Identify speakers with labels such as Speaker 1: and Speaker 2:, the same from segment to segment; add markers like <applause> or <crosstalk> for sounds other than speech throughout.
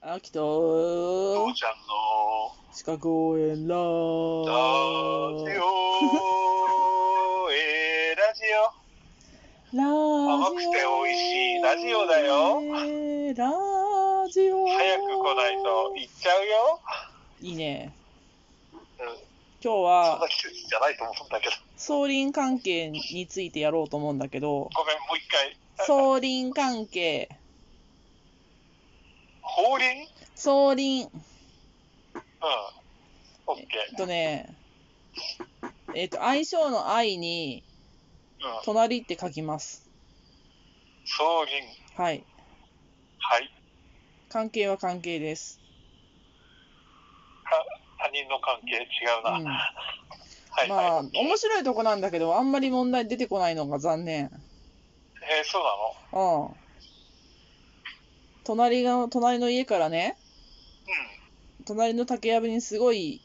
Speaker 1: 秋と
Speaker 2: 父ちゃんの
Speaker 1: 鹿公園ラ
Speaker 2: ラジ
Speaker 1: ー
Speaker 2: オ、えー、ラ
Speaker 1: ラ
Speaker 2: ジ
Speaker 1: ジオ
Speaker 2: 甘くて美味しいラジオだよ
Speaker 1: ラジオ
Speaker 2: オ、早く来ないと行っちゃうよ。
Speaker 1: いいね
Speaker 2: うん、
Speaker 1: 今日
Speaker 2: そんな
Speaker 1: は
Speaker 2: 季節じゃないと思うんだけど、
Speaker 1: 総輪関係についてやろうと思うんだけど
Speaker 2: ごめん、もう一回。
Speaker 1: 総輪関係
Speaker 2: 法輪うん、
Speaker 1: 総輪
Speaker 2: オッ
Speaker 1: え
Speaker 2: ケー
Speaker 1: っ。とねえっと相性の愛に
Speaker 2: うん、
Speaker 1: 隣って書きます
Speaker 2: 総輪、
Speaker 1: はい
Speaker 2: はい、
Speaker 1: 関係は関係です
Speaker 2: 他人の関係違うな。
Speaker 1: うん
Speaker 2: はい、
Speaker 1: まあ、
Speaker 2: はい。
Speaker 1: 面白いとこなんだけど、あんまり問題出てこないのが残念。
Speaker 2: えー、そうなの
Speaker 1: うん。隣が、隣の家からね、
Speaker 2: う
Speaker 1: 隣の竹やぶにすごい、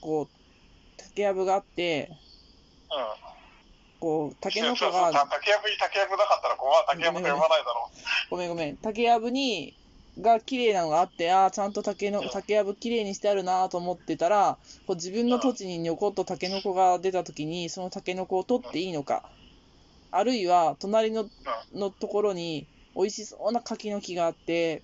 Speaker 1: こう、竹やぶがあって、
Speaker 2: ん、うん。
Speaker 1: こう、竹の
Speaker 2: そ
Speaker 1: 子
Speaker 2: うそうそう
Speaker 1: が、
Speaker 2: 竹やぶに竹やぶなかったら、ここは竹やぶと呼ばないだろう。
Speaker 1: ごめんごめん、竹やぶに、が綺麗なのがあって、ああ、ちゃんと竹の、竹やぶ綺麗にしてあるなと思ってたら、こう自分の土地ににょこっと竹の子が出た時に、その竹の子を取っていいのか。あるいは、隣の
Speaker 2: うん、
Speaker 1: のところに美味しそうな柿の木があって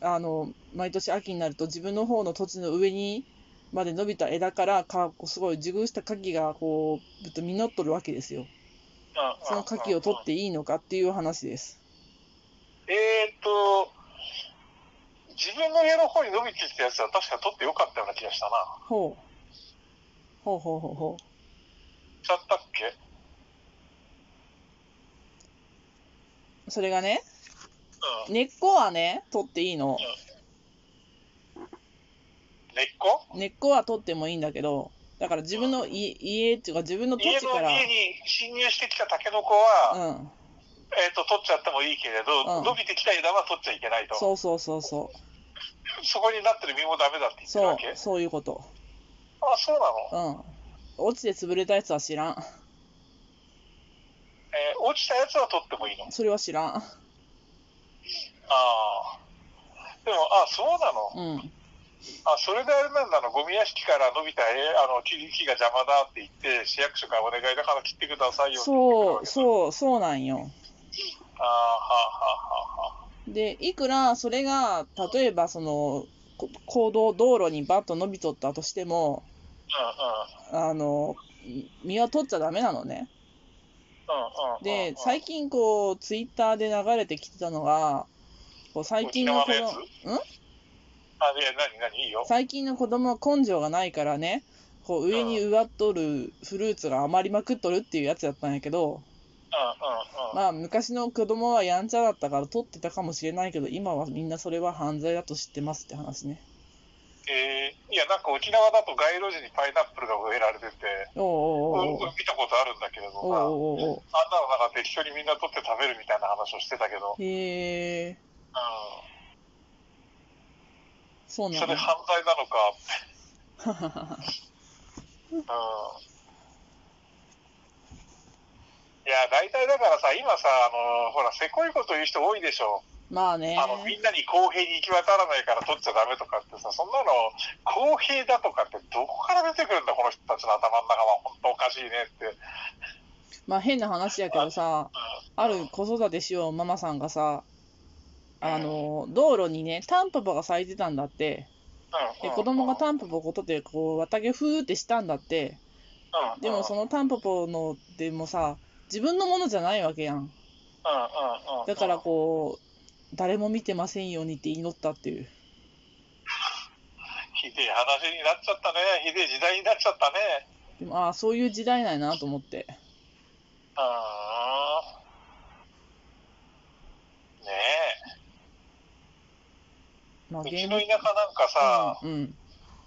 Speaker 1: あの毎年秋になると自分の方の土地の上にまで伸びた枝からかこうすごい熟した柿がこうぶっと実っとるわけですよ
Speaker 2: うん。うん
Speaker 1: その柿を取っ。ていいのかっていう話です
Speaker 2: えーっと、自分の家の方に伸びてきたやつは確か取ってよかったような気がしたな。
Speaker 1: ほうほうほうほうほう
Speaker 2: ちゃったっけ
Speaker 1: それがね
Speaker 2: うん。
Speaker 1: 根っこはね取っていいの
Speaker 2: 根っこ
Speaker 1: 根っこは取ってもいいんだけどだから自分のい家っていうか自分の土
Speaker 2: 家
Speaker 1: 地か
Speaker 2: の
Speaker 1: ら
Speaker 2: 家に侵入してきたタケノコは、
Speaker 1: うん
Speaker 2: えーっと、取っちゃってもいいけれど、
Speaker 1: うん
Speaker 2: 伸びてきた枝は取っちゃいけないと。
Speaker 1: そうそうそうそ
Speaker 2: そこになってる実もダメだって
Speaker 1: う
Speaker 2: 言
Speaker 1: そう
Speaker 2: ってるわけ
Speaker 1: そういうこと
Speaker 2: あ、そうなの
Speaker 1: うん。落ちて潰れたやつは知らん。
Speaker 2: えー落ちたやつは取ってもいいの
Speaker 1: それは知らん。
Speaker 2: ああ。でも、あ、そうなの
Speaker 1: うん。
Speaker 2: あそれであれなんだの、ゴミ屋敷から伸びた、えあの木木が邪魔だって言って、市役所からお願いだから切ってくださいよって言
Speaker 1: そう、
Speaker 2: う。
Speaker 1: そう、そうなんよ。
Speaker 2: あーはあはあはあはあ
Speaker 1: で、いくらそれが、例えばその、こ行動、道路にバッと伸びとったとしても、あの、身は取っちゃダメなのね。
Speaker 2: うんうんうんうん。
Speaker 1: で、最近こう、ツイッターで流れてきてたのが、こう最近の子
Speaker 2: 沖縄のや
Speaker 1: の、ん
Speaker 2: あ、いや、なになにいいよ。
Speaker 1: 最近の子供は根性がないからね、こう上に植わっとるフルーツが余りまくっとるっていうやつだったんやけど、
Speaker 2: うんうんうん。
Speaker 1: まあ昔の子供はやんちゃだったから取ってたかもしれないけど今はみんなそれは犯罪だと知ってますって話ね
Speaker 2: えーいや、なんか沖縄だと街路樹にパイナップルが植えられてて、
Speaker 1: おうお
Speaker 2: うん
Speaker 1: うおう
Speaker 2: 見たことあるんだけれど
Speaker 1: おう
Speaker 2: な、あん
Speaker 1: おうおうお
Speaker 2: なのなんか適当にみんな取って食べるみたいな話をしてたけど、
Speaker 1: うへえ
Speaker 2: う、
Speaker 1: そうなんん
Speaker 2: それ
Speaker 1: だ
Speaker 2: 犯罪なのか、うんいや、大体だからさ、今さ、あのーほら、せこいこと言う人多いでしょ、
Speaker 1: まあね
Speaker 2: あの、みんなに公平に行き渡らないから取っちゃダメとかってさ、そんなの公平だとかって、どこから出てくるんだ、この人たちの頭の中は、本当おかしいねって。
Speaker 1: まあ変な話やけどさある子育てしようママさんがさあの道路にねタンポポが咲いてたんだってで子供が
Speaker 2: ん
Speaker 1: タンポポを取ってこう綿毛ふーってしたんだってでもそ
Speaker 2: の、
Speaker 1: のタンポポのでもさ自分のものじゃないわけやん
Speaker 2: うんうんうん
Speaker 1: だからこう、誰も見てませんようにって祈ったっていう。
Speaker 2: ひでえ話になっちゃったね、ひでえ時代になっちゃったね。
Speaker 1: でもああ、そういう時代なんやなと思って。
Speaker 2: うん。ねえ。
Speaker 1: まあ、
Speaker 2: う
Speaker 1: ゲ
Speaker 2: ち
Speaker 1: ー
Speaker 2: の
Speaker 1: ム。
Speaker 2: 田舎なんかさ、
Speaker 1: うん、うん。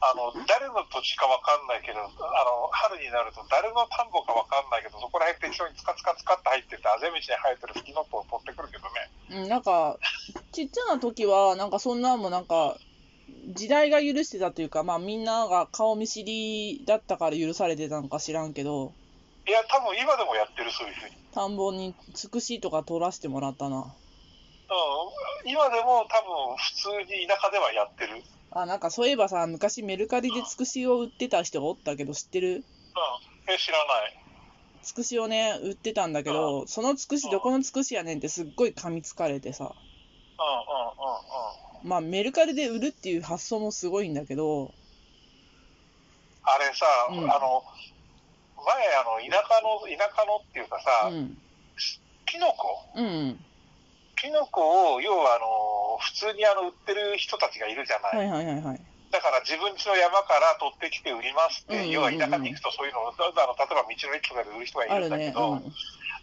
Speaker 2: あの誰の土地かわかんないけど、あの春になると誰の田んぼかわかんないけど、そこら辺適当につかつかつかって入ってって、あぜ道に生えてるフキノトウを取ってくるけどね。
Speaker 1: うん、なんか、ちっちゃな時は、なんかそんなんもなんか、時代が許してたというか、まあみんなが顔見知りだったから許されてたのか知らんけど、
Speaker 2: いや、多分今でもやってる、そういうふうに。
Speaker 1: 田んぼにつくしとか取らせてもらったな。
Speaker 2: うん、今でも多分普通に田舎ではやってる。うん。
Speaker 1: あ、なんかそういえばさ、昔メルカリでつくしを売ってた人がおったけど、知ってる
Speaker 2: え、知らない。
Speaker 1: つくしをね、売ってたんだけど、そのつくしどこのつくしやねんってすっごい噛みつかれてさ。
Speaker 2: うんうんうんうん。
Speaker 1: まあメルカリで売るっていう発想もすごいんだけど、
Speaker 2: あれさ、
Speaker 1: うん
Speaker 2: あの、前、あの、田舎の、田舎のっていうかさ、
Speaker 1: うん。
Speaker 2: キノコ
Speaker 1: うんうん。
Speaker 2: キノコを、要はあの、普通にあの、売ってる人たちがいるじゃない。
Speaker 1: はいはいはいはい。
Speaker 2: だから自分家の山から取ってきて売りますって、
Speaker 1: うんうんうん
Speaker 2: 要は田舎に行くとそういうのを、あの例えば道の駅とかで売る人がい
Speaker 1: あ
Speaker 2: る
Speaker 1: る
Speaker 2: んだけ
Speaker 1: ね。
Speaker 2: ど、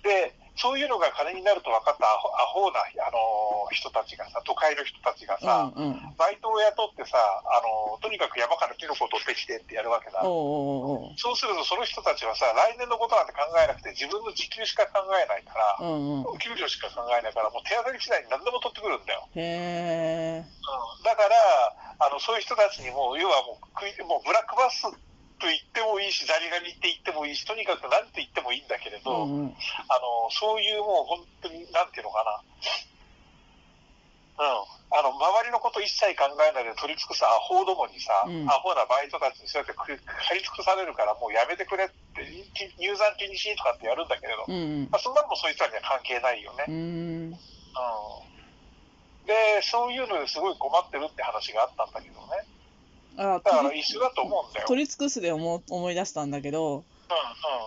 Speaker 2: で、そういうのが金になると分かったアホアホな、あの人たちがさ、都会の人たちが
Speaker 1: うん。
Speaker 2: さ、
Speaker 1: うんうん。
Speaker 2: バイトを雇ってさ、あのとにかく山からキノコを取ってきてってやるわけだ。
Speaker 1: おうおうおうおう。
Speaker 2: そうするとその人たちはさ、来年のことなんて考えなくて、自分の時給しか考えないから、
Speaker 1: うんうん。
Speaker 2: お給料しか考えないから、もう手当たり次第に何でも取ってくるんだよ。
Speaker 1: へえ。
Speaker 2: うんだからあの、そういう人たちにも、要はもう食いもうブラックバスと言ってもいいし、ザリガニって言ってもいいし、とにかく何と言ってもいいんだけれ
Speaker 1: う
Speaker 2: ど、
Speaker 1: んうん。
Speaker 2: あのそういうもう本当に、なんていうのかな、うん、あの周りのこと一切考えないで取り尽くすアホどもにさ、
Speaker 1: うん
Speaker 2: アホなバイトたちにそうやってく借り尽くされるから、もうやめてくれって、き入山禁止とかってやるんだけれど、
Speaker 1: うんうん。
Speaker 2: まあ、そんなのもそういう人たちには関係ないよね
Speaker 1: う。ーん。
Speaker 2: うんで、そういうのですごい困ってるって話があったんだけどね。
Speaker 1: あ、
Speaker 2: だから
Speaker 1: 取り
Speaker 2: 一緒だと思うんだよ。うんうん。
Speaker 1: 取り尽くすで思う思い出したんだけど、
Speaker 2: うん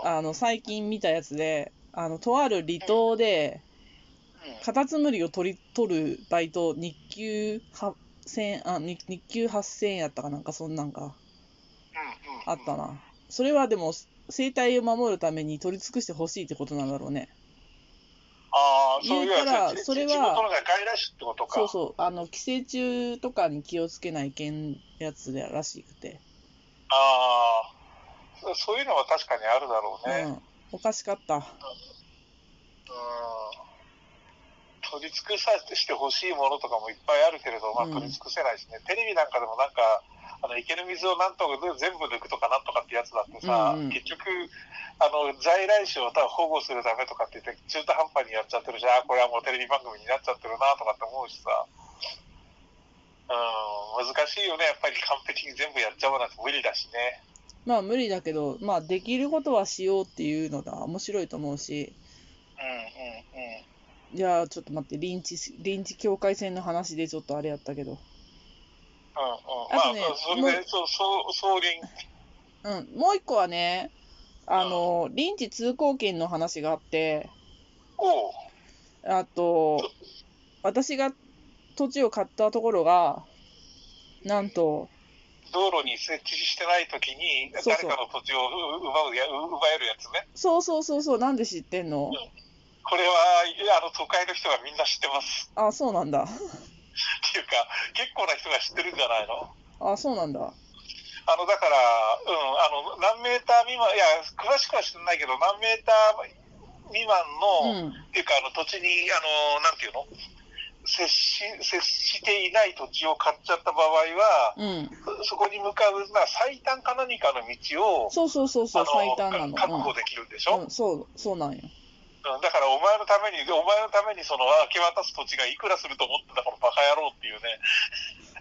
Speaker 1: あの、最近見たやつで、あの、とある離島で、カタツムリを取り、取るバイト、日給8000、あ、日日給8000円やったかなんか、そんなんか、
Speaker 2: うんうん
Speaker 1: あったな。それはでも、生態を守るために取り尽くしてほしいってことなんだろうね。
Speaker 2: ああ、そういう
Speaker 1: 言うから
Speaker 2: やつ。
Speaker 1: それは
Speaker 2: 地元のが外来種ってことか。
Speaker 1: そうそう、あの、寄生虫とかに気をつけないけんやつでらしくて。
Speaker 2: ああ、そういうのは確かにあるだろ
Speaker 1: う
Speaker 2: うね。うん。
Speaker 1: ん。おかしかった。
Speaker 2: 取り尽くさしてほしいものとかもいっぱいあるけれど、まあ、
Speaker 1: うん
Speaker 2: 取り尽くせないしね、テレビなんかでもなんか、あの池の水をなんとか全部抜くとかなんとかってやつだってさ、
Speaker 1: うんうん
Speaker 2: 結局あの、在来種を多分保護するためとかって言って、中途半端にやっちゃってるじゃん、あこれはもうテレビ番組になっちゃってるなとかって思うしさ、うん、難しいよね、やっぱり完璧に全部やっちゃわなくて無理だしね。
Speaker 1: まあ無理だけど、まあできることはしようっていうのが面白いと思うし、
Speaker 2: うんうんうん
Speaker 1: いやーちょっと待って、臨地、臨地境界線の話でちょっとあれやったけど。
Speaker 2: うんうん
Speaker 1: あとね
Speaker 2: まあ、そ
Speaker 1: もう
Speaker 2: れで、そう、そう、総輪。
Speaker 1: うん、もう一個はね、あの、臨地通行券の話があって、
Speaker 2: おう
Speaker 1: あと、私が土地を買ったところが、なんと、
Speaker 2: 道路に設置してないときに、
Speaker 1: そうそう
Speaker 2: 誰かの土地を奪うや、奪えるやつね。
Speaker 1: そうそうそうそう、なんで知ってんの
Speaker 2: これは、いやあの、都会の人がみんな知ってます。
Speaker 1: あ、そうなんだ。
Speaker 2: っていうか、結構な人が知ってるんじゃないの
Speaker 1: あ、そうなんだ。
Speaker 2: あの、だから、うん、あの、何メーター未満、いや、詳しくは知らないけど、何メーター未満
Speaker 1: うん。
Speaker 2: の、っていうか、あの、土地に、あの、なんていうの接し、接していない土地を買っちゃった場合は、
Speaker 1: うん。
Speaker 2: そこに向かう、まあ、最短か何かの道を、
Speaker 1: そうそうそうそう、最短な
Speaker 2: あ
Speaker 1: の。
Speaker 2: の確保できるんでしょ、
Speaker 1: うん、うん、そう、そうなんよ。
Speaker 2: うんだからお前のために、お前のためにその明け渡す土地がいくらすると思ってたからバカ野郎っていうね。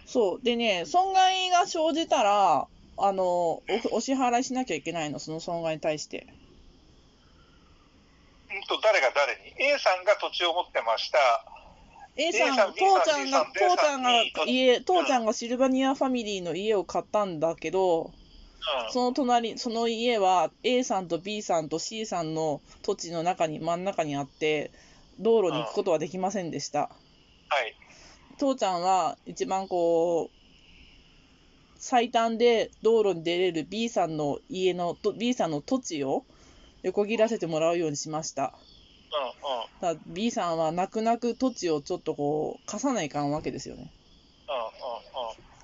Speaker 1: そう。でね、損害が生じたら、あの、おお支払いしなきゃいけないの、その損害に対して。
Speaker 2: うんと、誰が誰に。A さんが土地を持ってました。
Speaker 1: A
Speaker 2: さん
Speaker 1: さん、
Speaker 2: B さん
Speaker 1: 父ちゃんが、
Speaker 2: C さん
Speaker 1: 父ちゃんが
Speaker 2: D さん
Speaker 1: 家、父ちゃんがシルバニアファミリーの家を買ったんだけど、
Speaker 2: うん。
Speaker 1: その隣、その家は A さんと B さんと C さんの土地の中に、真ん中にあって、道路に行くことはできませんでした。
Speaker 2: はい。
Speaker 1: 父ちゃんは一番こう、最短で道路に出れる B さんの家の、と B さんの土地を横切らせてもらうようにしました。
Speaker 2: うんう
Speaker 1: だから
Speaker 2: ん。
Speaker 1: B さんは泣く泣く土地をちょっとこう、貸さないかんわけですよね。
Speaker 2: うんうん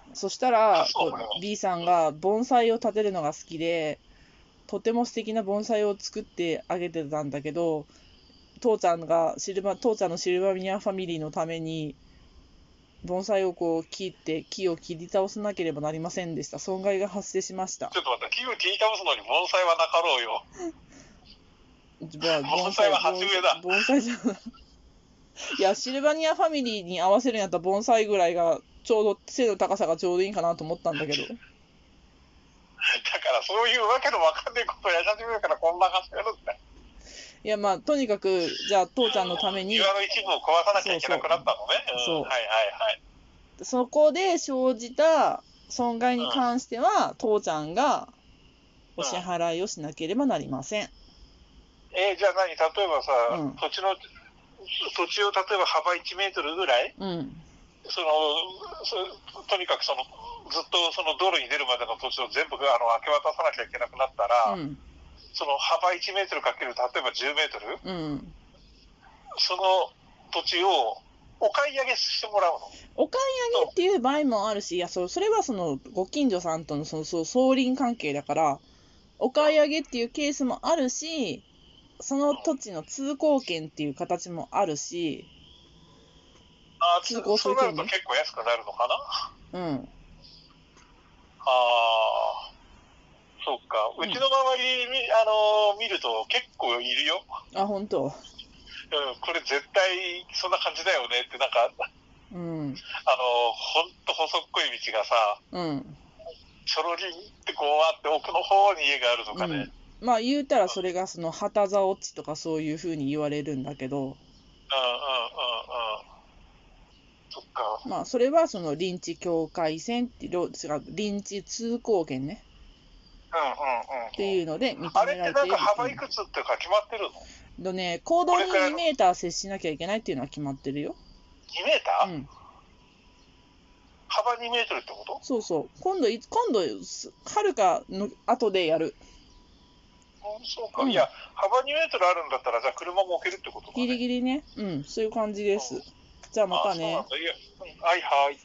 Speaker 2: うん。
Speaker 1: そしたら
Speaker 2: あそうなの、
Speaker 1: B さんが盆栽を建てるのが好きで、とても素敵な盆栽を作ってあげてたんだけど、父ちゃんがシルバ、父ちゃんのシルバニアファミリーのために、盆栽をこう切って、木を切り倒さなければなりませんでした。損害が発生しました。
Speaker 2: ちょっと待って、木を切り倒すのに盆栽はなかろうよ。 <laughs>
Speaker 1: まあ
Speaker 2: 盆栽は鉢植えだ
Speaker 1: <laughs> 盆栽じゃない。いや、シルバニアファミリーに合わせるんやったら盆栽ぐらいがちょうど背の高さがちょうどいいかなと思ったんだけど
Speaker 2: だからそういうわけのわかんないことをやり始めるからこんな感じになるんだよ。
Speaker 1: いやまあとにかくじゃあ父ちゃんのために
Speaker 2: 岩の一部を壊さなきゃいけなくなったのね。
Speaker 1: そうそうん
Speaker 2: はいはいはい。
Speaker 1: そこで生じた損害に関しては父ちゃんがお支払いをしなければなりません
Speaker 2: えーじゃあ何例えばさ、
Speaker 1: うん
Speaker 2: 土地の、土地を例えば幅1メートルぐらい
Speaker 1: うん
Speaker 2: そのそとにかくそのずっとその道路に出るまでの土地を全部あの明け渡さなきゃいけなくなったら、
Speaker 1: うん
Speaker 2: その幅1メートルかける例えば10メートル
Speaker 1: うん
Speaker 2: その土地をお買い上げしてもらうの
Speaker 1: お買い上げっていう場合もあるし、いや、そそれはその、ご近所さんとのそのそう相輪関係だから、お買い上げっていうケースもあるし、その土地の通行券っていう形もあるし、
Speaker 2: あー
Speaker 1: 通行す
Speaker 2: そう
Speaker 1: る
Speaker 2: な
Speaker 1: 権利
Speaker 2: ると結構安くなるのかな
Speaker 1: うん、
Speaker 2: ああそうかうちの周りに、あのー見ると結構いるよ、
Speaker 1: あ、本当
Speaker 2: うん、これ絶対そんな感じだよねってなんかあのー
Speaker 1: うん、
Speaker 2: ほんと細っこい道がさ
Speaker 1: うん、
Speaker 2: ちょろりんってこうあって奥の方に家があると
Speaker 1: う
Speaker 2: かね、
Speaker 1: ん。まあ、言うたらそれがその、旗竿落ちとかそういう風に言われるんだけど、
Speaker 2: うんうんうんうん。そっか。
Speaker 1: まあ、それはその、臨地境界線って、ろ違う、臨地通行券ね、
Speaker 2: うんうんうん。
Speaker 1: っていうので認め
Speaker 2: あ
Speaker 1: ら
Speaker 2: れ
Speaker 1: れ
Speaker 2: って
Speaker 1: いる
Speaker 2: てなんか幅いくつっていうか決まってるの ?2
Speaker 1: とね、行動に2メーター接しなきゃいけないっていうのは決まってるよ。
Speaker 2: メータ
Speaker 1: う
Speaker 2: ー、
Speaker 1: ん、
Speaker 2: 幅2メートルってこと
Speaker 1: そうそう。今度い、今度、はるかの後でやる。
Speaker 2: うん、そうか。
Speaker 1: うん
Speaker 2: いや、幅2メートルあるんだったら、じゃあ車も置けるってことだ、ね。
Speaker 1: ギリギリね。うん、そういう感じです。じゃあまたね。
Speaker 2: あそうなんだいや、うんはいはい。